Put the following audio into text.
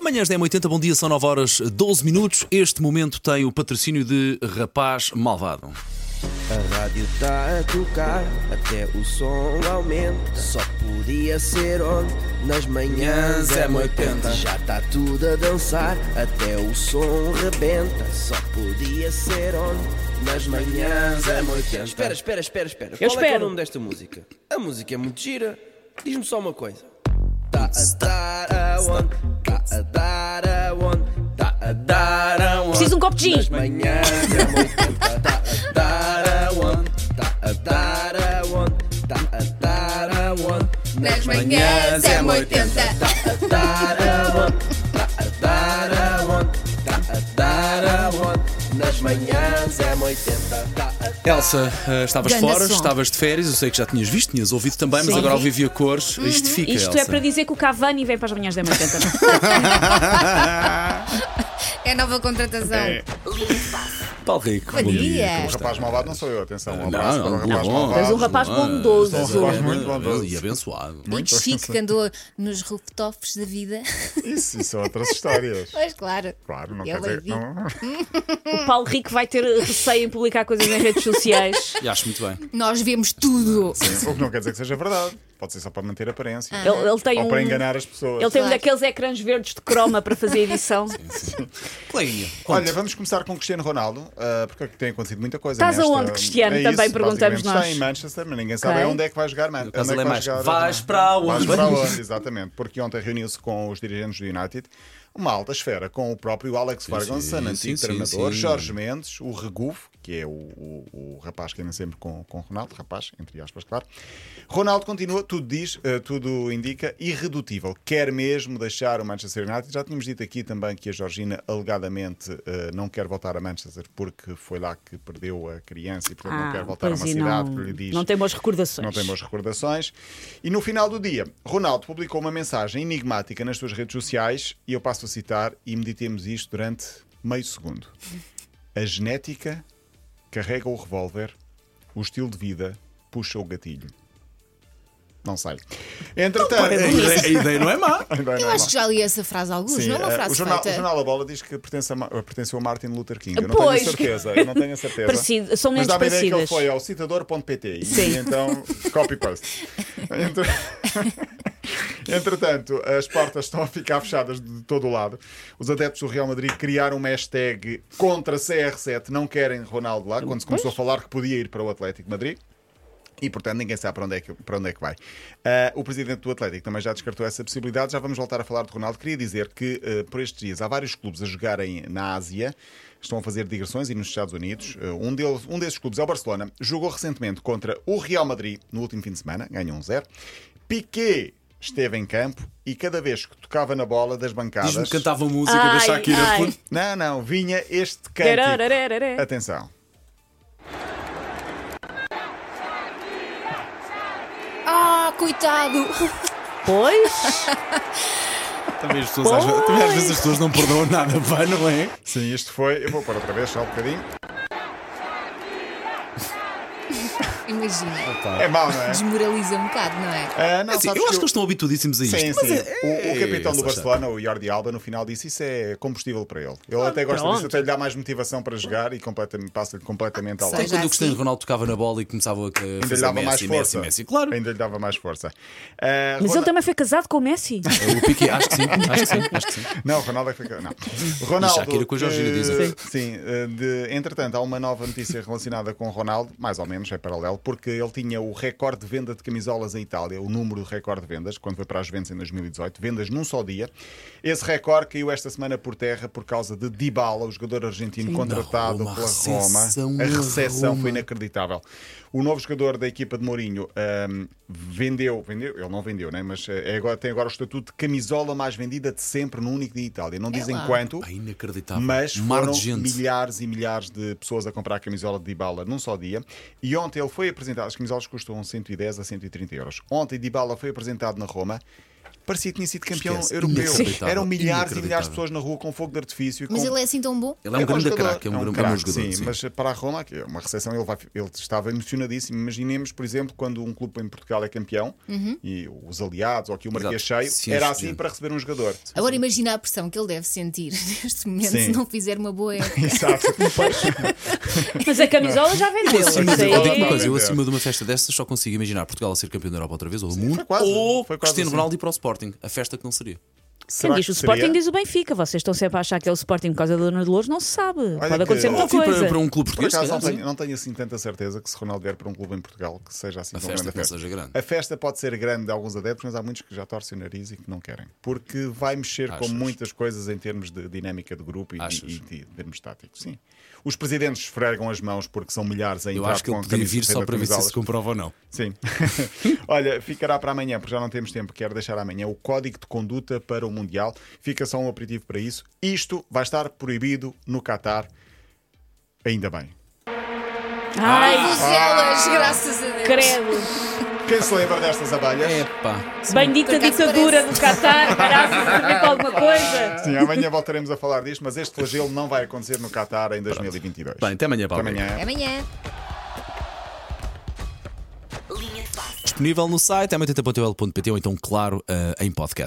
Manhãs 1080, bom dia, são 9 horas 12 minutos. Este momento tem o patrocínio de Rapaz Malvado. A rádio tá a tocar, até o som aumenta. Só podia ser onde? Nas manhãs é 80. Já tá tudo a dançar, até o som rebenta. Só podia ser onde? Nas manhãs é 80. Espera, espera, espera, espera. Qual é, que é o espero. nome desta música? A música é muito gira. Diz-me só uma coisa. Tá a dar a onde? Tá a dar a onde? Tá a dar a onde? Preciso de um copo de gin. Nas manhãs é 80. Tá a dar a onde? Tá a dar a onde? Tá a dar a onde? Nas manhãs é 80. Tá a dar a onde? Tá a dar a onde? Tá a dar a onde? Nas manhãs é 80. Tá a Elsa, ah, estavas Ganda fora, som. estavas de férias, eu sei que já tinhas visto, tinhas ouvido também, mas agora ao vivo e a cores, isto fica. Isto Elsa. é para dizer que o Cavani vem para as manhãs da Matanta. É nova contratação. É. Paulo Rico. Bom dia. como está? Rapaz malvado não sou eu, atenção. Um abraço Não, para o não, rapaz bom. malvado. Mas um rapaz bondoso. Não, Um rapaz muito bondoso. E abençoado. Muito chique que andou nos rooftops da vida. Isso, isso são outras histórias. Pois claro. Claro, não Eu quer é dizer. ouvi. Não, é? O Paulo Rico vai ter receio em publicar coisas nas redes sociais. E acho muito bem. Nós vemos tudo. sim, o que não quer dizer que seja verdade. Pode ser só para manter a aparência. Ele, ele tem Ou um. para enganar as pessoas. Ele tem um Claro. daqueles ecrãs verdes de croma para fazer edição. Coleguinha, conte. Olha, vamos começar com Cristiano Ronaldo, ah, porque tem acontecido muita coisa. Estás nesta- aonde, Cristiano? É Também isso, perguntamos basicamente. nós. Está em Manchester, mas ninguém sabe Ok. onde é que vai jogar. Man- Onde é caso que ele é vai mais, jogar- vais para onde? Vais para onde, exatamente. Porque ontem reuniu-se com os dirigentes do United, uma alta esfera, com o próprio Alex Ferguson, sim, antigo sim, treinador, sim. Jorge Mendes, o Regufo, que é o, o- o rapaz que anda sempre com, com Ronaldo, rapaz, entre aspas, claro. Ronaldo continua, tudo diz, eh, tudo indica, irredutível. Quer mesmo deixar o Manchester United. Já tínhamos dito aqui também que a Georgina alegadamente eh, não quer voltar a Manchester porque foi lá que perdeu a criança e portanto não quer voltar a Ah, pois uma e cidade que lhe diz. não tem boas recordações. Não tem boas recordações. E no final do dia, Ronaldo publicou uma mensagem enigmática nas suas redes sociais e eu passo a citar e meditemos isto durante meio segundo. A genética carrega o revólver, o estilo de vida puxa o gatilho. Não sei. Entretanto, A ideia, a ideia não é má. Então, Eu acho que já li essa frase alguns, não é uma eh, frase o, jornal, o feita. jornal A Bola diz que pertence a Ma- pertenceu a Martin Luther King. Eu não Pois. tenho a certeza. Eu não tenho a certeza. Parecido- são Mas mentes dá-me a ideia que ele parecidas. foi ao citador.pt e, Sim. então copy-paste. Entre- Entretanto, as portas estão a ficar fechadas de todo o lado. Os adeptos do Real Madrid criaram uma hashtag contra CR7, não querem Ronaldo lá, quando se começou a falar que podia ir para o Atlético de Madrid. E, portanto, ninguém sabe para onde é que, para onde é que vai. Ah, o presidente do Atlético também já descartou essa possibilidade. Já vamos voltar a falar de Ronaldo. Queria dizer que, ah, por estes dias, há vários clubes a jogarem na Ásia. Estão a fazer digressões e nos Estados Unidos. Ah, um, deles, um desses clubes é o Barcelona. Jogou recentemente contra o Real Madrid no último fim de semana. Ganhou um zero. Piqué esteve em campo e cada vez que tocava na bola das bancadas... Diz-me que cantava música da Ai, Shakira. ai. Put- Não, não. Vinha este cântico. Tararararará. Atenção. Ah, coitado! Pois, Também as pessoas, às vezes, também às vezes as pessoas não perdoam nada, pá, não é? Sim, isto foi... Eu vou pôr outra vez, só um bocadinho. Imagina, É mau, não é? desmoraliza um bocado, não é? Ah, não, É assim, sabes eu acho que que eles estão habituadíssimos a isto. Sim, mas sim. é- O, o capitão Essa do Barcelona, o Jordi Alba, no final disse isso é combustível para ele. Ele até gosta pronto. disso, até lhe dá mais motivação para jogar e completamente- passa-lhe completamente ao Sim. lado. Até Seja quando o Cristiano assim. Ronaldo tocava na bola e começava a Ainda lhe fazer dava Messi, mais Messi, força. Messi, claro. Ainda lhe dava mais força. Ah, mas ele Ronaldo- também foi casado com o Messi. O Piqué, acho que sim, acho que sim, acho que sim. Não, Ronaldo é que fica. Não. Ronaldo. Shakira com a Georgina que- dizem. Sim, eh, de- entretanto, há uma nova notícia relacionada com Ronaldo, mais ou menos, é paralelo, porque ele tinha o recorde de venda de camisolas em Itália, o número de recorde de vendas, quando foi para as vendas em 2018, vendas num só dia. Esse recorde caiu esta semana por terra por causa de Dybala, o jogador argentino contratado Roma, a pela recessão Roma. A na recessão Roma. foi inacreditável. O novo jogador da equipa de Mourinho ahm, vendeu, vendeu, ele não vendeu, né? mas eh, é agora, tem agora o estatuto de camisola mais vendida de sempre no único de Itália. Não dizem lá. quanto, Pá, inacreditável. mas Mar foram de gente. milhares e milhares de pessoas a comprar a camisola de Dybala num só dia. E ontem ele foi apresentado, as camisolas custam 110 a 130 euros. Ontem Dybala foi apresentado na Roma. parecia que tinha sido campeão Esquece. europeu. Inacreditável. Eram milhares e milhares de Inacreditável. pessoas na rua com fogo de artifício. e Mas com... ele é assim tão bom? Ele é um bom grande jogador, craque, é um é grande craque, jogador. sim, sim. mas para a Roma, que é uma recepção, ele, vai- ele estava emocionadíssimo. Imaginemos, por exemplo, quando um clube em Portugal é campeão Uhum. e os aliados ou aqui o Marquês Exato. cheio, Sim, era sim, assim gente. para receber um jogador. Agora imagina a pressão que ele deve sentir neste momento Sim. se não fizer uma boa época. Exato. Mas a camisola já vendeu. Mas Isso aí eu digo Sim. uma coisa, eu Sim. acima de uma festa dessas só consigo imaginar Portugal a ser campeão da Europa outra vez, ou do mundo, foi quase, ou foi quase Cristiano assim. Ronaldo ir para o Sporting, a festa que não seria. Quem Será diz que o seria? Sporting diz o Benfica. Vocês estão sempre a achar que é o Sporting por causa da Dona Dolores, não se sabe. Pode que- acontecer muita Ou Sim, coisa. para, para um clube Por português, acaso se não calhar, tenho, não tenho assim tanta certeza que se Ronaldo vier para um clube em Portugal que seja assim A tão festa grande a que não seja grande. A festa pode ser grande de alguns adeptos, mas há muitos que já torcem o nariz e que não querem. Porque vai mexer Achas? com muitas coisas em termos de dinâmica de grupo e, Achas? e, e de termos táticos. Sim. Os presidentes esfregam as mãos porque são milhares a Eu entrar acho que com ele a podia camisa vir só preta para ver se camisolas. isso se comprova ou não. Sim. Olha, ficará para amanhã, porque já não temos tempo. Quero deixar amanhã o código de conduta para o Mundial. Fica só um aperitivo para isso. Isto vai estar proibido no Qatar. Ainda bem. Ai, Elas, graças a Deus. credo. Quem se lembra destas abelhas? Epá, Bendita Por acaso ditadura do Qatar, pará-se a servir para alguma coisa. Sim, amanhã voltaremos a falar disto, mas este flagelo não vai acontecer no Qatar em 2022. Bem, até amanhã, Até Paulo. amanhã. Até amanhã. Disponível no site m80.ol.pt ou então, claro, eh, em podcast.